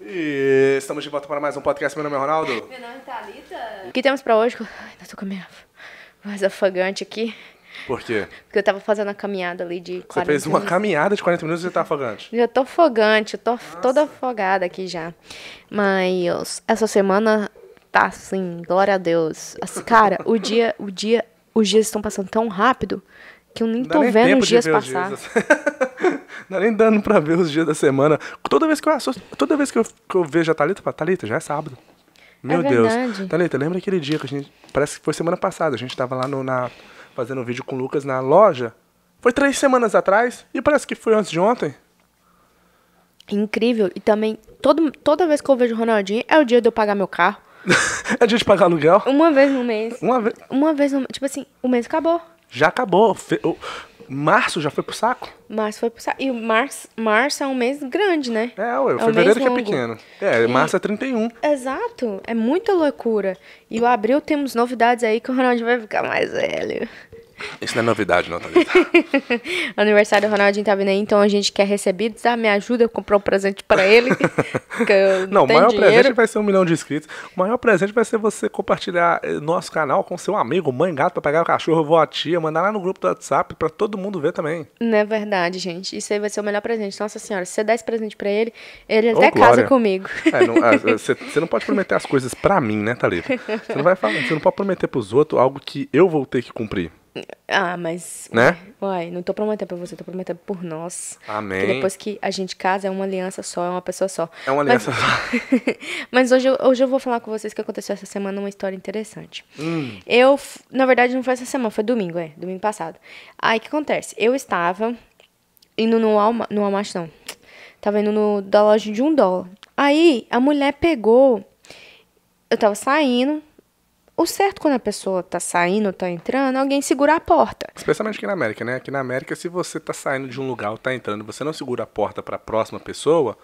E estamos de volta para mais um podcast. Meu nome é Ronaldo. Meu nome é Thalita. O que temos pra hoje? Ai, ainda tô com a minha voz afagante aqui. Por quê? Porque eu tava fazendo a caminhada ali de 40 Você fez uma minutos. caminhada de 40 minutos e tá afogante. Já tô afogante, eu tô toda afogada aqui já. Mas essa semana tá assim, glória a Deus. As- Cara, o dia, o dia, os dias estão passando tão rápido que eu nem Não dá tô nem vendo tempo os de dias ver os passar. dias assim. da- Não dá nem dando pra ver os dias da semana. Toda vez que eu, assusto, toda vez que eu, que eu vejo a Thalita, eu falo, Thalita, já é sábado. Meu Deus. verdade. Thalita, lembra aquele dia que a gente. Parece que foi semana passada. A gente tava lá no, na, fazendo um vídeo com o Lucas na loja. Foi três semanas atrás e parece que foi antes de ontem. Incrível. E também, todo, toda vez que eu vejo o Ronaldinho, é o dia de eu pagar meu carro. é dia de pagar aluguel. Uma vez no mês. Uma vez. Uma vez no Tipo assim, o mês acabou. Já acabou. Fe- o- Março já foi pro saco. Março foi pro sa- E o março, março é um mês grande, né? É, ué, um mês fevereiro que é longo. pequeno. É, março é 31. Exato, é muita loucura. E o abril temos novidades aí que o Ronaldinho vai ficar mais velho. Isso não é novidade, não, Thalita. Aniversário do Ronaldinho tá vindo aí, então a gente quer recebidos. Ah, me ajuda a comprar um presente pra ele. que eu Não, o tenho maior presente dinheiro. vai ser um milhão de inscritos. O maior presente vai ser você compartilhar eh, nosso canal com seu amigo, mãe gato, pra pegar o cachorro, vó, a tia, mandar lá no grupo do WhatsApp pra todo mundo ver também. Não é verdade, gente. Isso aí vai ser o melhor presente. Nossa senhora, se você dá esse presente pra ele, ele Ô, até casa glória. comigo. É, não- ah, Você você não pode prometer as coisas pra mim, né, Thalita? Você não, vai falar, você não pode prometer pros outros algo que eu vou ter que cumprir, Ah, mas. né? Uai, não tô prometendo pra você, tô prometendo por nós. Que Amém. depois que a gente casa, é uma aliança só, é uma pessoa só. É uma aliança Mas, só. Mas hoje, eu- hoje eu vou falar com vocês que aconteceu essa semana uma história interessante. Hum. Eu, f- na verdade, não foi essa semana, foi domingo, é, domingo passado. Aí o que acontece? Eu estava indo no Walmart, no Walmart não. Tava indo no, da loja de um dólar. Aí a mulher pegou. Eu tava saindo. O certo quando a pessoa tá saindo, tá entrando, alguém segura a porta. Especialmente aqui na América, né? Aqui na América, se você tá saindo de um lugar ou tá entrando, você não segura a porta pra próxima pessoa,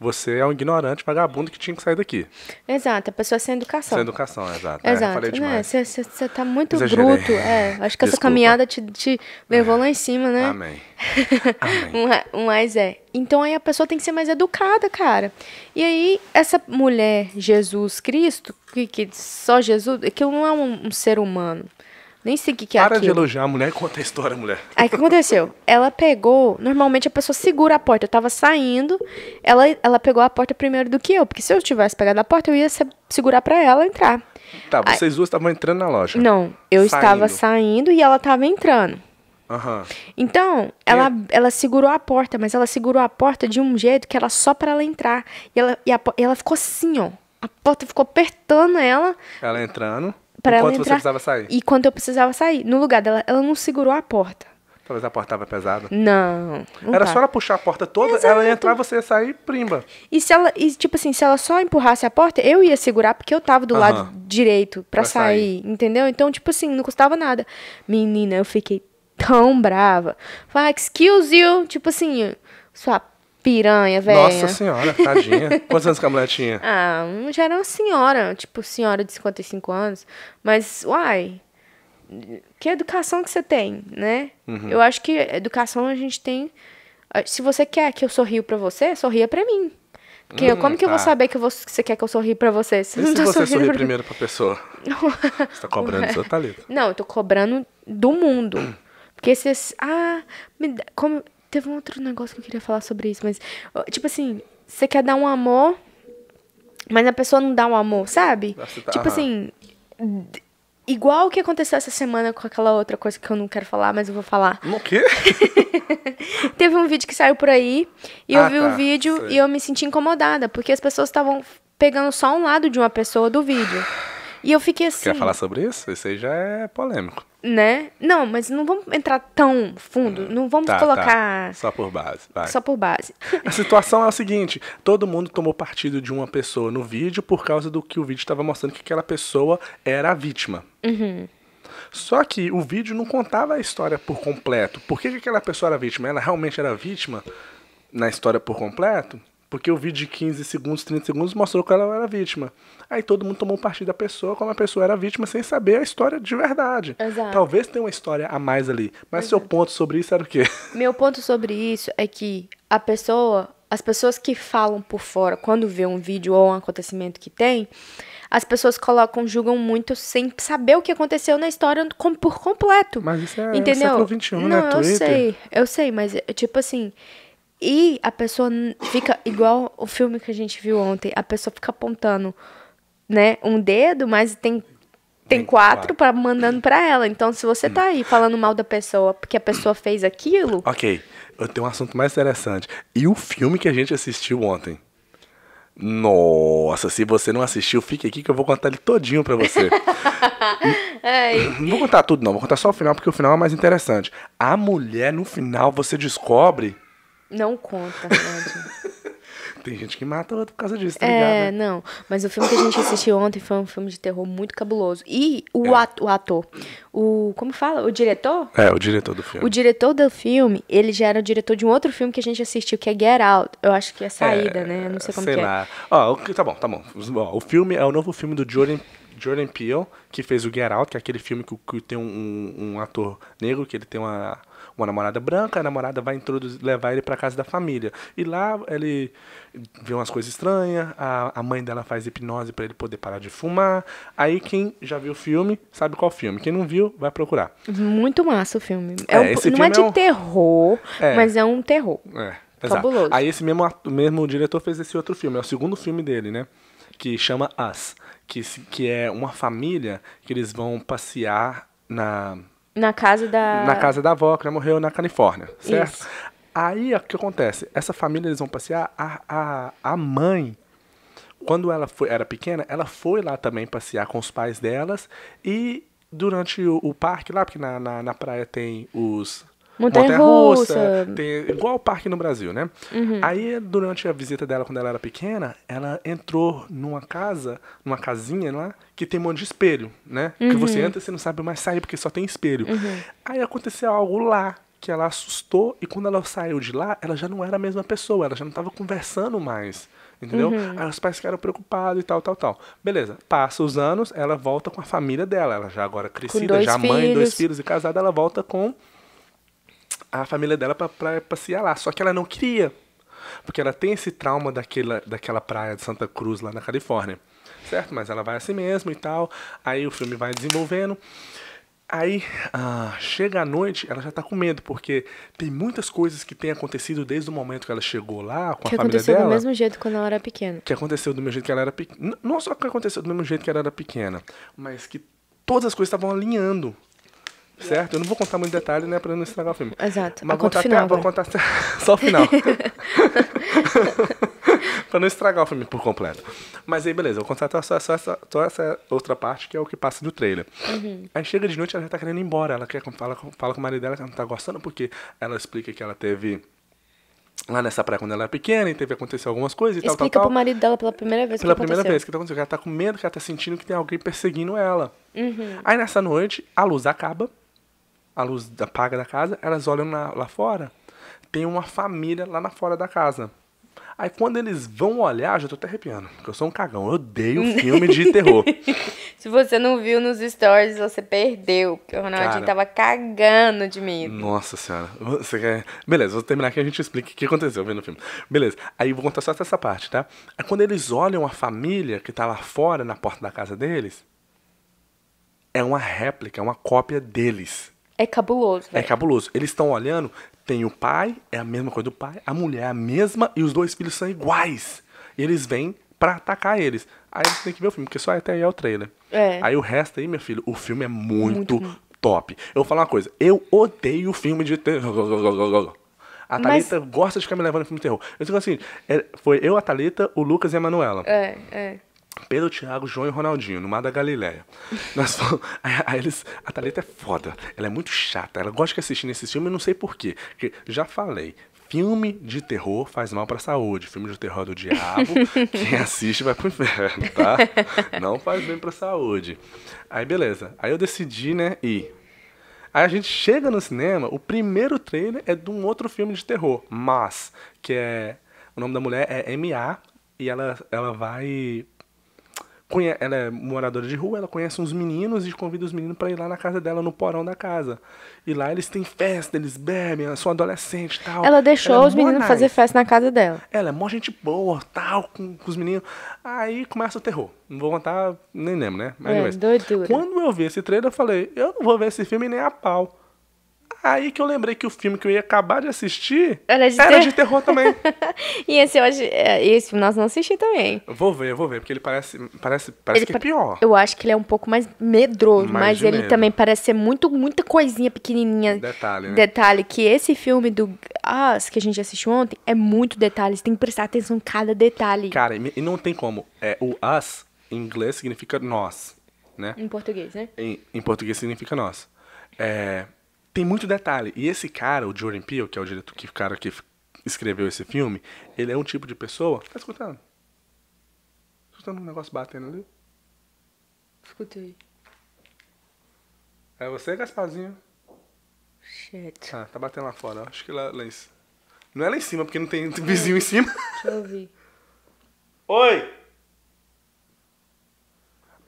você é um ignorante vagabundo que tinha que sair daqui. Exato, a pessoa sem educação. Sem educação, exato. né? Exato. Falei né? demais. Você você tá muito Exagerei. bruto. É, acho que essa Desculpa. caminhada te, te levou lá em cima, né? Amém. Amém. Ma- Mas é. Então aí a pessoa tem que ser mais educada, cara. E aí, essa mulher, Jesus Cristo, que, que só Jesus, que não é um, um ser humano. Nem sei o que, que é Para de aquilo. elogiar a mulher e conta a história, mulher. Aí o que aconteceu? Ela pegou. Normalmente a pessoa segura a porta. Eu tava saindo, ela, ela pegou a porta primeiro do que eu. Porque se eu tivesse pegado a porta, eu ia se- segurar pra ela entrar. Tá, vocês duas estavam entrando na loja. Não, eu estava Saindo. saindo e ela tava entrando. Aham. Então, ela, ela segurou a porta, mas ela segurou a porta de um jeito que era só pra ela entrar. E ela, e a po- e ela ficou assim, ó. A porta ficou apertando ela Ela entrando. pra enquanto ela entrar. você precisava sair. E quando eu precisava sair, no lugar dela, ela não segurou a porta. Talvez a porta tava pesada. Não. não Era tá. só ela puxar a porta toda, ela ia entrar, você ia sair, primba. E se ela, e, tipo assim, se ela só empurrasse a porta, eu ia segurar porque eu tava do Aham. lado direito pra Pra sair, entendeu? Então, tipo assim, não custava nada. Menina, eu fiquei tão brava. Falei, excuse you, tipo assim, sua piranha, velho. Nossa senhora, tadinha. Quantos anos que a mulher tinha? Ah, já era uma senhora, tipo, senhora de 55 anos. Mas, uai, que educação que você tem, né? Uhum. Eu acho que educação a gente tem. ah, Se você quer que eu sorrio pra você, sorria pra mim. Porque Hum, como que eu vou tá. saber que eu vou- que você quer que eu sorri pra você? Você tá E se você sorrir pra mim. primeiro pra pessoa? Você tá cobrando seu talento. Não, eu tô cobrando do mundo. Porque vocês. Ah, me dá- como. Teve um outro negócio que eu queria falar sobre isso, mas. ó, Tipo assim, você quer dar um amor, mas a pessoa não dá um amor, sabe? Ah, você tá- tipo aham. assim. d- Igual o que aconteceu essa semana com aquela outra coisa que eu não quero falar, mas eu vou falar. No quê? Teve um vídeo que saiu por aí, e Ah, eu vi tá, o vídeo sei. e eu me senti incomodada, porque as pessoas estavam pegando só um lado de uma pessoa do vídeo. E eu fiquei assim. Quer falar sobre isso? Isso aí já é polêmico. né? Não, mas não vamos entrar tão fundo, não vamos Tá, tá. colocar Só por base. Vai. só por base. A situação é o seguinte: todo mundo tomou partido de uma pessoa no vídeo por causa do que o vídeo estava mostrando que aquela pessoa era a vítima. Só que o vídeo não contava a história por completo. Por que, que aquela pessoa era vítima? Ela realmente era vítima na história por completo? Porque o vídeo de 15 segundos, 30 segundos mostrou que ela era vítima. Aí todo mundo tomou partido da pessoa como a pessoa era vítima sem saber a história de verdade. Exato. Talvez tenha uma história a mais ali. Mas seu ponto sobre isso era o quê? Meu ponto sobre isso é que a pessoa as pessoas que falam por fora, quando vê um vídeo ou um acontecimento que tem, as pessoas colocam, julgam muito sem saber o que aconteceu na história com- por completo. Mas isso é entendeu? século XXI, Não, né? eu Twitter. sei, eu sei, mas é, tipo assim. E a pessoa n- fica igual o filme que a gente viu ontem, a pessoa fica apontando, né, um dedo, mas tem tem Tem quatro para mandando pra ela. Então, se você tá aí falando mal da pessoa porque a pessoa fez aquilo, Ok, eu tenho um assunto mais interessante. E o filme que a gente assistiu ontem? Nossa, se você não assistiu, fique aqui que eu vou contar ele todinho pra você. ai, não vou contar tudo não, vou contar só o final porque o final é mais interessante. A mulher no final você descobre, não conta, né, Nandinho. tem gente que mata outra por causa disso, tá ligado? É, né? não. Mas o filme que a gente assistiu ontem foi um filme de terror muito cabuloso. E o, at- o ator, o como fala? O diretor? É, o diretor do filme. O diretor do filme, ele já era o diretor de um outro filme que a gente assistiu, que é Get Out. Eu acho que é Saída, né? Eu não sei como que é. lá. Ó, o que- tá bom, tá bom. Ó, O filme é o novo filme do Jordan, Jordan Peele, que fez o Get Out, que é aquele filme que, o- que tem um, um ator negro, que ele tem uma, uma namorada branca, a namorada vai introduzir, levar ele pra casa da família. E lá ele vê umas coisas estranhas, a, a mãe dela faz hipnose pra ele poder parar de fumar. Aí quem já viu o filme, sabe qual filme. Quem não viu, vai procurar. Muito massa o filme. É É, um- esse não filme é de é um- terror, É. mas é um terror. É, exato. Fabuloso. Aí esse mesmo, ato- mesmo diretor fez esse outro filme, é o segundo filme dele, né? Que chama Us, que, se- que é uma família que eles vão passear na, Na casa da. na casa da avó, que ela morreu na Califórnia, certo? Ah. Isso. Aí o que acontece? Essa família eles vão passear, a, a, a mãe. Quando ela foi, era pequena, ela foi lá também passear com os pais delas e durante o, o parque lá, porque na, na, na praia tem os Montanha-russa. montanha-russa, tem- igual o parque no Brasil, né? Uhum. Aí, durante a visita dela, quando ela era pequena, ela entrou numa casa, numa casinha lá, que tem um monte de espelho, né? Uhum. Que você entra e você não sabe mais sair, porque só tem espelho. Aí aconteceu algo lá, que ela assustou, e quando ela saiu de lá, ela já não era a mesma pessoa, ela já não estava conversando mais. Entendeu? Uhum. Aí os pais ficaram preocupados e tal, tal, tal. Beleza, passa os anos, ela volta com a família dela. Ela já agora crescida, dois já mãe, dois filhos. filhos e casada, ela volta com a família dela pra, pra passear lá. Só que ela não queria. Porque ela tem esse trauma daquela, daquela praia de Santa Cruz lá na Califórnia. Certo? Mas ela vai assim mesmo e tal. Aí o filme vai desenvolvendo. Aí ah, chega a noite, ela já tá com medo, porque tem muitas coisas que têm acontecido desde o momento que ela chegou lá com Que a família aconteceu dela do mesmo jeito quando ela era pequena. que aconteceu do mesmo jeito que ela era pequena. Não só que aconteceu do mesmo jeito que ela era pequena, mas que todas as coisas estavam alinhando. Certo? Eu não vou contar muito detalhe, né, pra não estragar o filme. Exato. Mas Ah, vou conta contar o final, até, vou vai. contar até- só o final. pra não estragar o filme por completo. Mas aí, beleza, eu vou contar só, só essa, só essa outra parte que é o que passa no trailer. Uhum. Aí chega de noite, ela já tá querendo ir embora. Ela quer, fala, com- fala com o marido dela que ela não tá gostando, porque ela explica que ela teve lá nessa praia quando ela era pequena e teve acontecido algumas coisas e tal, tal, Explica tal pro marido dela pela primeira vez pela o que primeira vez aconteceu. que tá acontecendo. Ela tá com medo, que ela tá sentindo que tem alguém perseguindo ela. Uhum. Aí nessa noite, a luz acaba, a luz apaga da casa, elas olham na- lá fora, tem uma família lá na fora da casa. Aí quando eles vão olhar, já tô até arrepiando, porque eu sou um cagão, eu odeio filme de terror. Se você não viu nos stories, você perdeu. Porque o Ronaldinho Cara. tava cagando de medo. Nossa senhora. Você quer... Beleza, vou terminar aqui e a gente explica o que aconteceu vendo o filme. Beleza, aí eu vou contar só essa parte, tá? Aí quando eles olham a família que tá lá fora, na porta da casa deles, é uma réplica, é uma cópia deles. É cabuloso, É velho. cabuloso. Eles estão olhando, tem o pai, é a mesma coisa do pai, a mulher é a mesma e os dois filhos são iguais. E eles vêm pra atacar eles. Aí você tem que ver o filme, porque só até aí é o trailer. É. Aí o resto aí, meu filho, o filme é muito, top. Eu vou falar uma coisa, eu odeio filme de terror. A Mas- Thalita gosta de ficar me levando em filme de terror. Eu digo assim, é, foi eu, a Thalita, o Lucas e a Manuela. É, é. Pedro, Thiago, João e Ronaldinho, no Mar da Galileia. Nós fomos, aí, aí eles, a Thalita é foda, ela é muito chata, ela gosta de assistir nesses filmes, não sei porquê. Porque, já falei, filme de terror faz mal pra saúde, filme de terror é do diabo, quem assiste vai pro inferno, tá? Não faz bem pra saúde. Aí, beleza, aí eu decidi, né, ir. Aí a gente chega no cinema, o primeiro trailer é de um outro filme de terror, Mas, que é. O nome da mulher é M.A. e ela, ela vai Conhe- Ela é moradora de rua, ela conhece uns meninos e convida os meninos pra ir lá na casa dela, no porão da casa. E lá eles têm festa, eles bebem, elas são adolescentes e tal. Ela deixou é os mó meninos nice. fazer festa na casa dela. Ela é mó gente boa, tal, com, com os meninos. Aí começa o terror. Não vou contar, nem lembro, né? Mas É, anyways. doidura. Quando eu vi esse trailer, eu falei, eu não vou ver esse filme nem a pau. Aí que eu lembrei que o filme que eu ia acabar de assistir Era de era terror. de terror também. e esse hoje. é, Esse filme nós não assisti também. Eu vou ver, eu vou ver, porque ele parece, parece, parece que é pa- pior. Eu acho que ele é um pouco mais medroso, Mais mas de ele medo. também parece ser muito, muita coisinha pequenininha. Detalhe, né? Detalhe, que esse filme do Us, que a gente assistiu ontem, é muito detalhe. Você tem que prestar atenção em cada detalhe Cara, e me- e não tem como. É, o us, em inglês, significa nós, né? em português, né? Em, em português significa nós. É, tem muito detalhe. E esse cara, o Jordan Peele, que é o diretor, que o cara que f- escreveu esse filme, ele é um tipo de pessoa... Tá escutando? Tá escutando um negócio batendo ali? Escutei. É você, Gasparzinho? Shit. Ah, tá batendo lá fora. ó. Acho que lá, lá em cima. Não é lá em cima, porque não tem vizinho em cima. Deixa eu ouvir. Oi!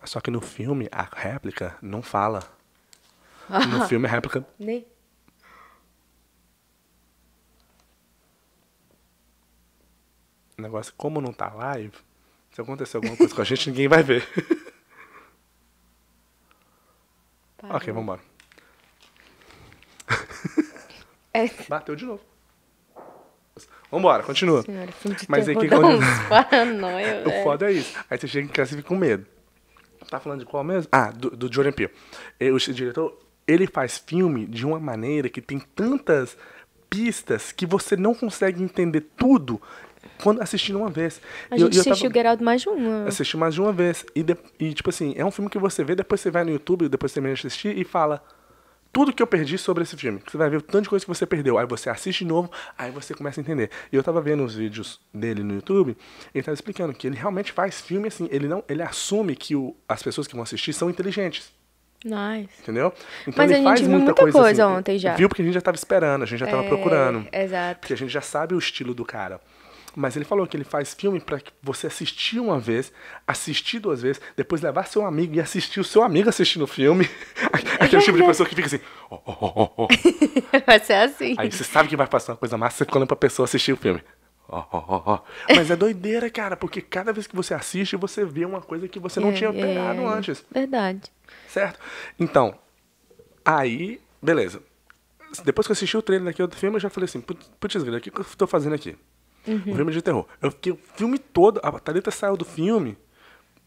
Só que no filme, a réplica não fala. No filme, a réplica... Nem. O negócio, como não tá live, se acontecer alguma coisa com a gente, ninguém vai ver. ok, vambora. É. Bateu de novo. Vambora, continua. Senhora, filme de Mas aí terror que dá um quando- uns paranoia, O velho. foda é isso. Aí você chega em casa e fica com medo. Tá falando de qual mesmo? Ah, do, do Jordan Peele. Eh, O diretor, ele faz filme de uma maneira que tem tantas pistas que você não consegue entender tudo quando assistindo uma vez. A E eu- gente e eu tava- Assim- assistiu o Geraldo mais de uma. Assisti mais de uma vez. E, de- e, tipo assim, é um filme que você vê, depois você vai no YouTube, depois você termina de assistir e fala tudo que eu perdi sobre esse filme. Você vai ver o tanto de coisa que você perdeu. Aí você assiste de novo, aí você começa a entender. E eu tava vendo os vídeos dele no YouTube, ele tava explicando que ele realmente faz filme assim, ele não, ele assume que o- as pessoas que vão assistir são inteligentes. Nice. Entendeu? Então Mas a gente viu muita coisa ontem já. assim. Viu porque a gente já tava esperando, a gente já tava É, procurando. exato. Porque a gente já sabe o estilo do cara. Mas ele falou que ele faz filme pra que você assistir uma vez, assistir duas vezes, depois levar seu amigo e assistir o seu amigo assistindo o filme. É Aquele tipo de pessoa que fica assim. "Oh, oh, oh, oh, oh." Vai ser assim. Aí você sabe que vai passar uma coisa massa, você fica olhando pra pessoa assistir o filme. "Oh, Ó, ó, ó, ó. Mas é doideira, cara, porque cada vez que você assiste, você vê uma coisa que você não É, tinha é, pegado é. antes. Verdade. Certo? Então, aí, beleza. Depois que eu assisti o trailer daquele outro filme, eu já falei assim, "Put- putz, grilo, o que, que eu tô fazendo aqui? Uhum. Um filme de terror. Eu fiquei o filme todo, a Thalita saiu do filme,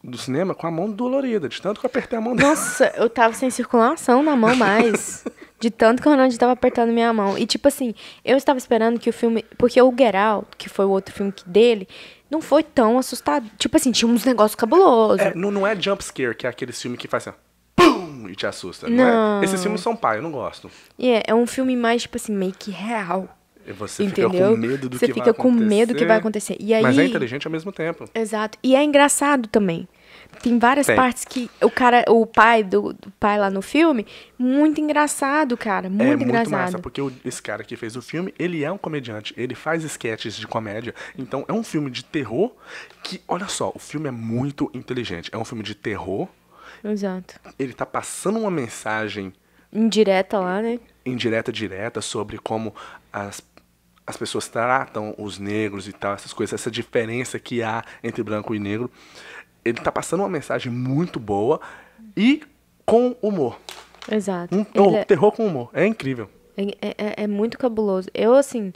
do cinema, com a mão dolorida, de tanto que eu apertei a mão dela. Nossa, eu tava sem circulação na mão mais. De tanto que o Ronald tava apertando minha mão. E, tipo assim, eu estava esperando que o filme. Porque o Get Out, que foi o outro filme que- dele, não foi tão assustado. Tipo assim, tinha uns negócios cabulosos. É, não, não é jump scare, que é aquele filme que faz assim, ó, pum, e te assusta. Não. Não. é? Esses filmes são pai, eu não gosto. E é, é um filme mais, tipo assim, meio que real. E Você fica Entendeu? com medo do Você que vai fica acontecer. com medo que vai acontecer. E Mas é aí- inteligente ao mesmo tempo. Exato. E é engraçado também. Tem várias Tem. partes que o cara, o pai do, do pai lá no filme, muito engraçado, cara. Muito é engraçado. muito massa, porque o- esse cara que fez o filme, ele é um comediante, ele faz sketches de comédia. Então é um filme de terror que, olha só, o filme é muito inteligente. É um filme de terror, Exato. ele tá passando uma mensagem Indireta lá, né? indireta direta sobre como as, as pessoas tratam os negros e tal, essas coisas, essa diferença que há entre branco e negro. Ele tá passando uma mensagem muito boa e com humor. Exato. Um, Ele oh, é- Terror com humor. É incrível. É, é- é muito cabuloso. Eu, assim.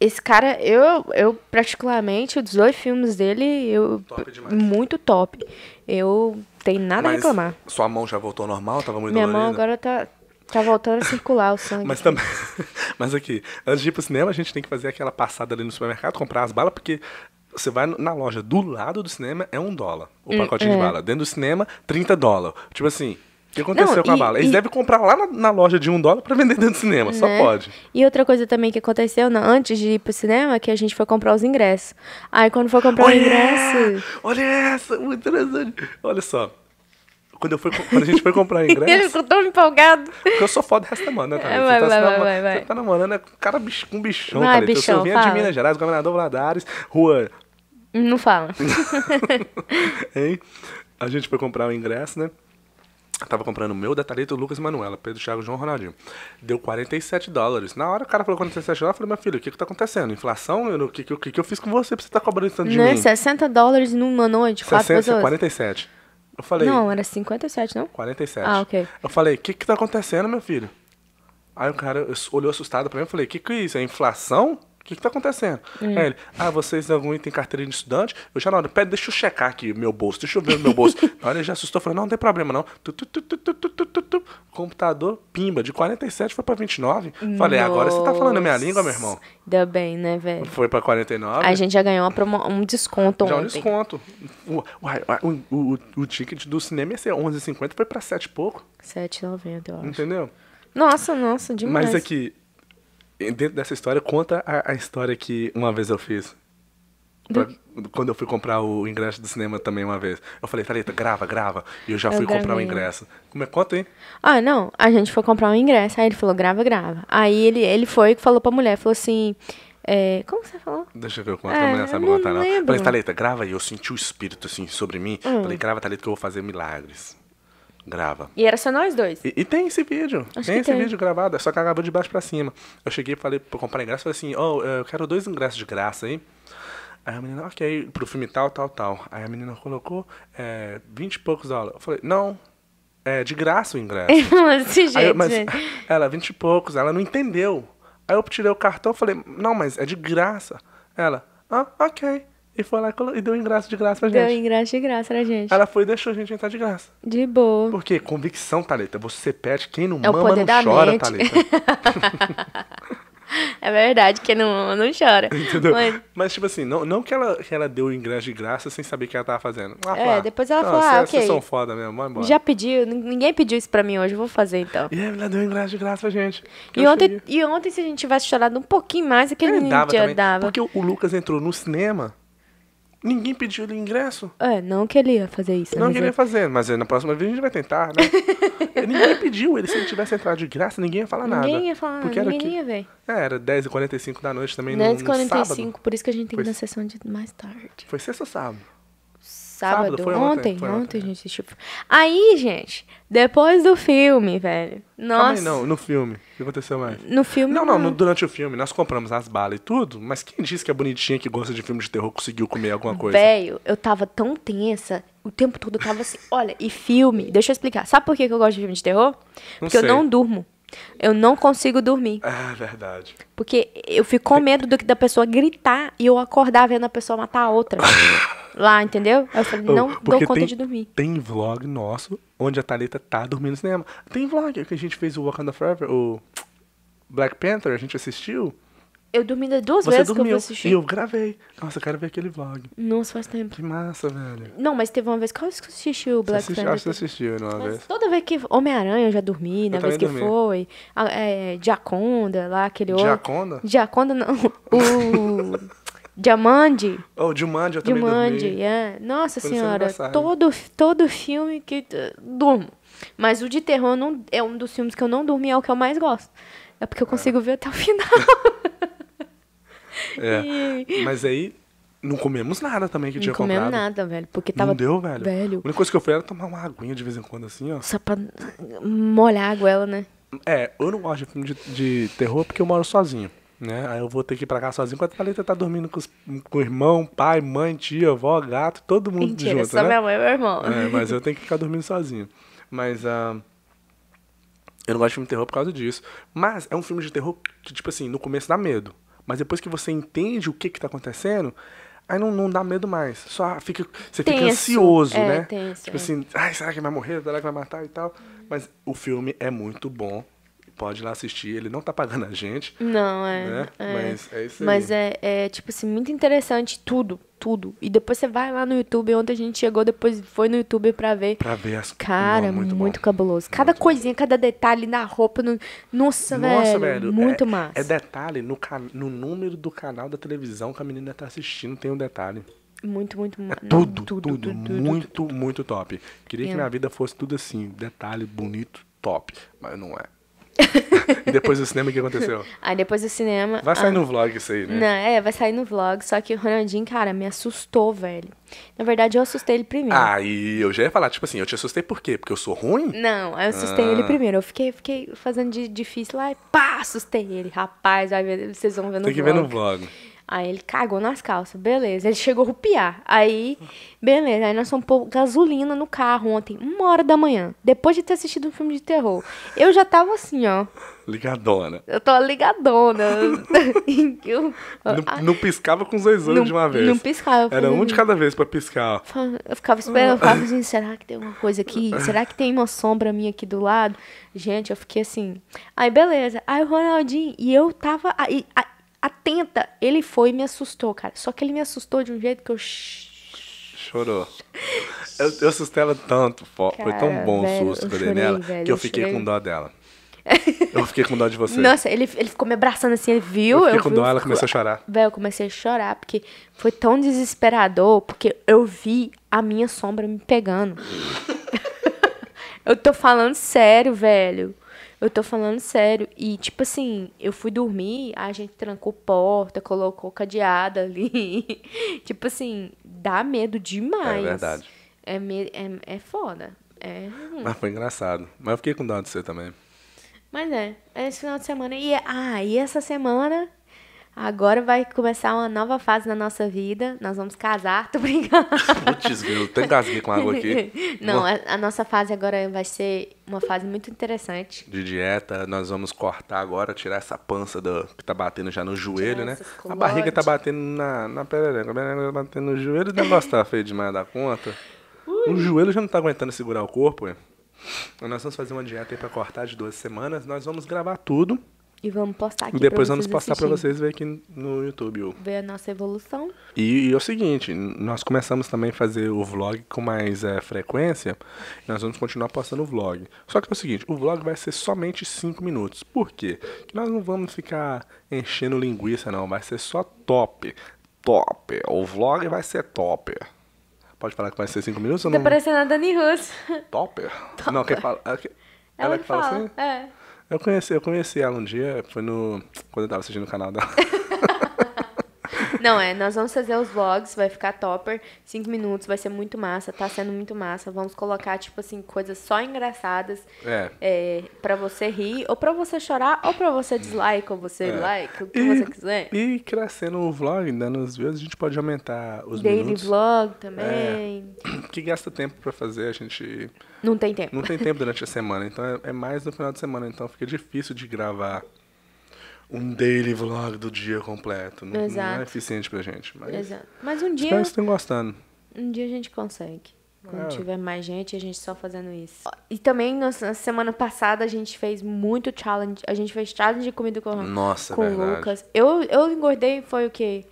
Esse cara, eu, eu particularmente, os dois filmes dele, eu. Top demais. muito top. Eu tenho nada a Mas Ah, reclamar. Sua mão já voltou ao normal? Tava muito Minha mão dolorida? agora tá, tá voltando a circular o sangue. Mas tá também. Mas aqui, antes de ir pro cinema, a gente tem que fazer aquela passada ali no supermercado, comprar as balas, porque você vai na loja do lado do cinema, é um dólar Hum, o pacotinho é. de bala. Dentro do cinema, 30 dólares. Tipo assim, o que aconteceu Não, com a e- bala? Eles e- devem comprar lá na, na loja de um dólar pra vender dentro do cinema, só né? pode. E outra coisa também que aconteceu na- antes de ir pro cinema, que a gente foi comprar os ingressos. Aí quando foi comprar os ingressos. Olha essa! Muito interessante! Olha só. Quando, eu fui, co- quando a gente foi comprar Ele ingresso, ficou tão empolgado. porque eu sou foda o resto da semana, né, Thalita? É, você, Vai, tá vai, se vai, namor- vai, vai. você tá namorando com um cara bicho, com um bichão, Vai, Thalita. Eu bichão, sou vinha de fala. Minas Gerais, governador Valadares, rua Não fala. hein? A gente foi comprar o ingresso, né? Eu tava comprando o meu, da Thalita, o Lucas e Manuela, Pedro, Thiago, João, Ronaldinho. Deu 47 dólares. Na hora o cara falou 47 dólares, eu falei, meu filho, o que que tá acontecendo? Inflação? Eu não- O que, que, o que que eu fiz com você pra você tá cobrando tanto de Não é mim? 60 dólares numa noite, quatro 60, pessoas? 47. Eu falei, Não, era 57, não? 47. Ah, ok. Eu falei, o que que tá acontecendo, meu filho? Aí o cara olhou assustado pra mim e falei, o que que é isso? É inflação? O que que tá acontecendo? Hum. Aí ele, ah, vocês algum item carteirinha de estudante? Eu já, não, pera, deixa eu checar aqui o meu bolso, deixa eu ver o meu bolso. Na hora ele já assustou, falou, não, não tem problema não. Tu, tu, tu, tu, tu, tu, tu, tu, tu. Computador, pimba, de 47 foi pra 29. Falei, agora você tá falando a minha língua, meu irmão? Nossa, Ainda bem, né, velho? Foi pra 49. A gente já ganhou uma promo- um desconto Já um ontem. desconto. O, uai, uai, o, o, o ticket do cinema ia ser 11,50, foi pra 7 e pouco, 7,90, eu acho. entendeu? Nossa, nossa, demais. Mas é aqui, dentro dessa história, conta a, a história que uma vez eu fiz. Pra- quando eu fui comprar o ingresso do cinema também uma vez. Eu falei, Thalita, grava, grava. E eu já Eu fui comprar o gravei. ingresso. Como é? Conta, hein? Ah, não, a gente foi comprar um ingresso, aí ele falou, grava, grava. Aí ele, ele foi e falou pra mulher, falou assim, é, como que você falou? Deixa eu ver o quanto. É, a mulher sabe eu não contar, não. lembro. Hum. Falei, Thalita, grava aí. Eu senti o espírito, assim, sobre mim. Falei, grava, Thalita, que eu vou fazer milagres. Grava. E era só nós dois. E, e tem esse vídeo. Acho tem que esse tem. vídeo gravado, É só que acabou de baixo pra cima. Eu cheguei, falei pra comprar ingresso, falei assim, ó, eu quero dois ingressos de graça aí. Aí a menina, ok, pro filme tal, tal, tal. Aí a menina colocou é, 20 e poucos dólares. Eu falei, não, é de graça o ingresso. Desse Aí eu- jeito, mas gente. ela, 20 e poucos, ela não entendeu. Aí eu tirei o cartão e falei, não, mas é de graça. Ela, ah, ok. E foi lá e colo- e deu ingresso de graça pra Deu gente. ingresso de graça pra gente. Ela foi e deixou a gente entrar de graça. De boa. Porque convicção, Thalita, você perde. Quem não É o mama poder não da chora, mente. Thalita. É verdade, quem não ama não chora. Entendeu? Mas- Mas, tipo assim, não, não que, ela, que ela deu o ingresso de graça sem saber o que ela tava fazendo. Ah, É, pá. depois ela Não, falou, ah, cê- cês ok. são foda mesmo, vai embora. Já pediu, nin- ninguém pediu isso pra mim hoje, eu vou fazer então. E ela deu o ingresso de graça pra gente. E Eu ontem, cheguei. e ontem, se a gente tivesse chorado um pouquinho mais, aquele Ele menino dava já também. dava. Porque o, o Lucas entrou no cinema, ninguém pediu ele ingresso. É, não que ele ia fazer isso. né, Não mas queria ele- fazer, mas na próxima vez a gente vai tentar, né? ninguém pediu ele. Se ele tivesse entrado de graça, ninguém ia falar nada. Ninguém ia falar, Porque era ninguém ia ver. que... É, era 10h45 da noite também, no, no 10h45, sábado. por isso que a gente tem que ir Pois- na sessão de mais tarde. Foi sexta ou sábado? Sábado, Sábado, foi ontem, ontem, ontem, foi ontem, é. gente assistiu. Aí, gente, depois do filme, velho. Calma aí, Nossa. não, no filme. O que aconteceu mais? No filme. Não, não, no- durante o filme nós compramos as balas e tudo, mas quem disse que a bonitinha que gosta de filme de terror conseguiu comer alguma coisa? Velho, eu tava tão tensa. O tempo todo eu tava assim. Olha, e filme. Deixa eu explicar. Sabe por que que eu gosto de filme de terror? Porque sei. eu não durmo. Eu não consigo dormir. Ah, verdade. Porque eu fico com medo do que da pessoa gritar e eu acordar vendo a pessoa matar a outra. Lá, entendeu? Aí eu falei, não dou Oh, Porque conta tem- de dormir. Tem vlog nosso onde a Thalita tá dormindo no cinema. Tem vlog que a gente fez o Wakanda Forever, o Black Panther, a gente assistiu. Eu dormi das duas Você vezes que eu dormiu vou e assistir. eu gravei. Nossa, eu quero ver aquele vlog. Nossa, faz tempo. Que massa, velho. Não, mas teve uma vez. Qual que eu assisti o Você Black assistiu, Panther? acho que você assistiu né, uma Mas vez. toda vez que Homem-Aranha eu já dormi, na vez também que dormi. foi. A, é, Diaconda, lá, aquele outro. Diaconda? Diaconda não. O. Diamante. Oh, Jumanji, eu também Diamante, dormi. é. Nossa Foi no senhora, Samba Sara. todo, todo filme que. eh, Durmo. Mas o de terror eu não, é um dos filmes que eu não dormi, é o que eu mais gosto. É porque eu consigo ver até o final. É. Mas aí, não comemos nada também que Não tinha comemos comprado. nada, velho. Porque tava. Não deu, velho. Velho. A única coisa que eu fui era tomar uma aguinha de vez em quando, assim, ó. Só pra molhar a goela, né? É, eu não gosto de filme de, de terror porque eu moro sozinho, né? Aí eu vou ter que ir pra cá sozinho, enquanto a Thalita tá dormindo com, os- com o irmão, pai, mãe, tia, avó, gato, todo mundo Mentira, junto, só né? minha mãe e meu irmão. É, mas eu tenho que ficar dormindo sozinho. Mas ah, eu não gosto de filme de terror por causa disso. Mas é um filme de terror que, tipo assim, no começo dá medo. Mas depois que você entende o que que tá acontecendo, aí não, não dá medo mais. Só fica, você fica Tenso. ansioso, É, né? tenso, tipo é. assim, ai, será que vai morrer? Será que vai matar e tal? Mas o filme é muito bom. Pode ir lá assistir, ele não tá pagando a gente. Não, é. Né? é. Mas é isso aí. Mas é, é, tipo assim, muito interessante tudo, tudo. E depois você vai lá no YouTube, ontem a gente chegou, depois foi no YouTube pra ver. Pra ver as Cara, Não, muito, bom. cabuloso. Cada Muito bom. coisinha, cada detalhe na roupa. No... Nossa, Nossa, velho, velho. Muito é, massa. É detalhe no, can- no número do canal da televisão que a menina tá assistindo, tem um detalhe. Muito, muito massa. É Tudo, tudo, muito, muito top. Queria que minha vida fosse tudo assim, detalhe bonito, top, mas não é. e depois do cinema, o que aconteceu? Aí depois do cinema. Vai sair ah, no vlog isso aí, né? Não, é, vai sair no vlog, só que o Ronaldinho, cara, me assustou, velho. Na verdade, eu assustei ele primeiro. Ah, Aí eu já ia falar, tipo assim, eu te assustei por quê? Porque eu sou ruim? Não, aí eu assustei Ah. ele primeiro. Eu fiquei, fiquei fazendo de difícil lá e pá, assustei ele. Rapaz, vai ver, vocês vão ver no Tem que ver vlog. no vlog. Aí ele cagou nas calças, beleza. Ele chegou a rupiar. Aí, beleza. Aí nós fomos pôr gasolina no carro ontem, uma hora da manhã, depois de ter assistido um filme de terror. Eu já tava assim, ó. Ligadona. Eu tô ligadona. eu, Não, não piscava com os dois olhos Ah. Não- de uma vez. não piscava, eu Era falei, um de cada vez pra piscar. ó. eu ficava esperando, eu ficava assim, será que tem alguma coisa aqui? Será que tem uma sombra minha aqui do lado? Gente, eu fiquei assim. Aí, beleza. Aí o Ronaldinho, e eu tava aí, a- atenta. Ele foi e me assustou, cara. Só que ele me assustou de um jeito que eu. Chorou. Eu, eu assustei ela tanto, fo- foi tão Cara, bom velho, o susto eu que eu dei chorei, nela velho, que eu eu fiquei chorei. com dó dela. Eu fiquei com dó de você. Nossa, ele, ele ficou me abraçando assim, ele viu. eu fiquei com vi, dó, ela fico- começou a chorar. Velho, eu comecei a chorar, porque foi tão desesperador, porque eu vi a minha sombra me pegando. eu tô falando sério, velho. Eu tô falando sério. E, tipo assim, eu fui dormir, a gente trancou porta, colocou cadeada ali. tipo assim, dá medo demais. É verdade. É, me- é, é foda. É ruim. Mas Ah, foi engraçado. Mas eu fiquei com dó de você também. Mas é, é esse final de semana. E, ah, e essa semana, agora vai começar uma nova fase na nossa vida. Nós vamos casar, tô brincando. Putz, eu até engasguei com água aqui. Não, a, a nossa fase agora vai ser uma fase muito interessante. de dieta, nós vamos cortar agora, tirar essa pança do, que tá batendo já no joelho, né? Nossa, A escolode. barriga tá batendo na, na perereca, a perereca tá batendo no joelho, o negócio tá feio demais da conta. O joelho já não tá aguentando segurar o corpo, hein? Então nós vamos fazer uma dieta aí pra cortar de duas semanas, nós vamos gravar tudo E vamos postar aqui e depois pra vamos vocês postar pra assistirem. vocês ver aqui no YouTube. o- Ver a nossa evolução. e, e é o seguinte, n- nós começamos também a fazer o vlog com mais eh, frequência. Nós vamos continuar postando o vlog. Só que é o seguinte, o vlog vai ser somente 5 minutos. Por quê? Que nós não vamos ficar enchendo linguiça, não. Vai ser só top. Top. O vlog vai ser top. Pode falar que vai ser 5 minutos ou Tá não? parecendo a Dani Russo. Top? Não, quem fala... Ela, que- ela que fala, assim? É. Eu conheci, eu conheci ela um dia, foi no... Quando eu tava assistindo o canal dela. Não, é, nós vamos fazer os vlogs, vai ficar topper, cinco minutos, vai ser muito massa, tá sendo muito massa. Vamos colocar, tipo assim, coisas só engraçadas. É. É, pra você rir, ou pra você chorar, ou pra você dislike, ou você like, o que você quiser. É. E crescendo o vlog, dando os views, a gente pode aumentar os Daily minutos. vlog também. Que gasta tempo pra fazer, a gente Não tem tempo. não tem tempo durante a semana. Então é, é mais no final de semana. Então fica difícil de gravar um daily vlog do dia completo. Não, não Exato. é eficiente pra gente. Mas Exato. Mas um espero dia, que vocês estão gostando. um dia a gente consegue. Quando É. tiver mais gente, a gente só fazendo isso. E também, na na semana passada, a gente fez muito challenge. A gente fez challenge de comida com, Nossa, é com o verdade. Lucas. Eu, eu engordei, foi o quê?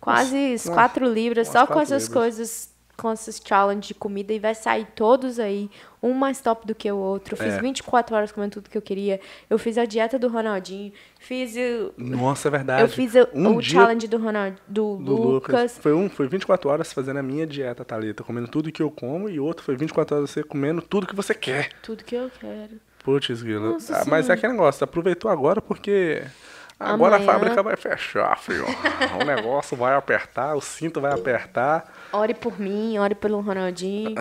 Quase Umas- 4 libras, umas só com quatro essas libras. coisas, com esses challenge de comida. E vai sair todos aí, um mais top do que o outro. Eu fiz É. 24 horas comendo tudo que eu queria. Eu fiz a dieta do Ronaldinho, fiz o... Nossa, é verdade. Eu fiz o, um o dia challenge do Ronald, do, do Lucas. Lucas. Foi um, foi 24 horas fazendo a minha dieta, Thalita, comendo tudo que eu como, e outro foi 24 horas você comendo tudo que você quer. Tudo que eu quero. Putz, Guila. Nossa Ah, mas é Senhora. aquele negócio, aproveitou agora porque agora Amanhã- a fábrica vai fechar, filho. o negócio vai apertar, o cinto vai apertar. Ore por mim, ore pelo Ronaldinho,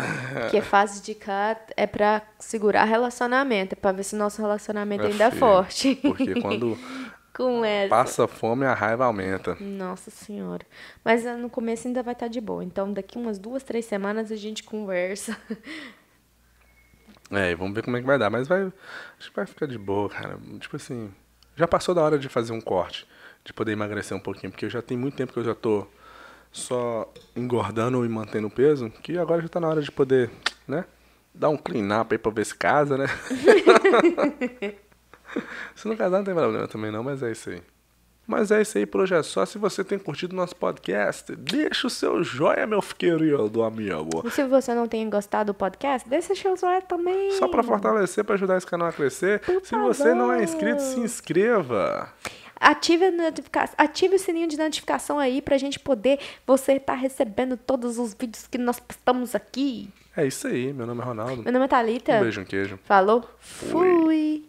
que é fase de cá é pra segurar relacionamento, é pra ver se nosso relacionamento Meu ainda é filho, forte. Porque quando Com essa. passa fome, a raiva aumenta. Nossa senhora. Mas ah, no começo ainda vai estar de boa. Então daqui umas duas, três semanas a gente conversa. É, e vamos ver como é que vai dar. Mas vai. Acho que vai ficar de boa, cara. Tipo assim. Já passou da hora de fazer um corte, de poder emagrecer um pouquinho, porque eu já tem muito tempo que eu já tô só engordando e mantendo o peso, que agora já tá na hora de poder, né? Dar um clean up aí pra ver se casa, né? se não casar, não tem problema também não, mas é isso aí. Mas é isso aí por hoje é só. Se você tem curtido o nosso podcast, deixa o seu joia, meu querido amigo. E se você não tem gostado do podcast, deixa seu joinha também. Só pra fortalecer, pra ajudar esse canal a crescer. Por se você não é favor. inscrito, se inscreva. Ative, a notifica- ative o sininho de notificação aí pra gente poder você estar recebendo todos os vídeos que nós postamos aqui. É isso aí. Meu nome é Ronaldo. Meu nome é Thalita. Um beijo, um queijo. Falou. Fui. Fui.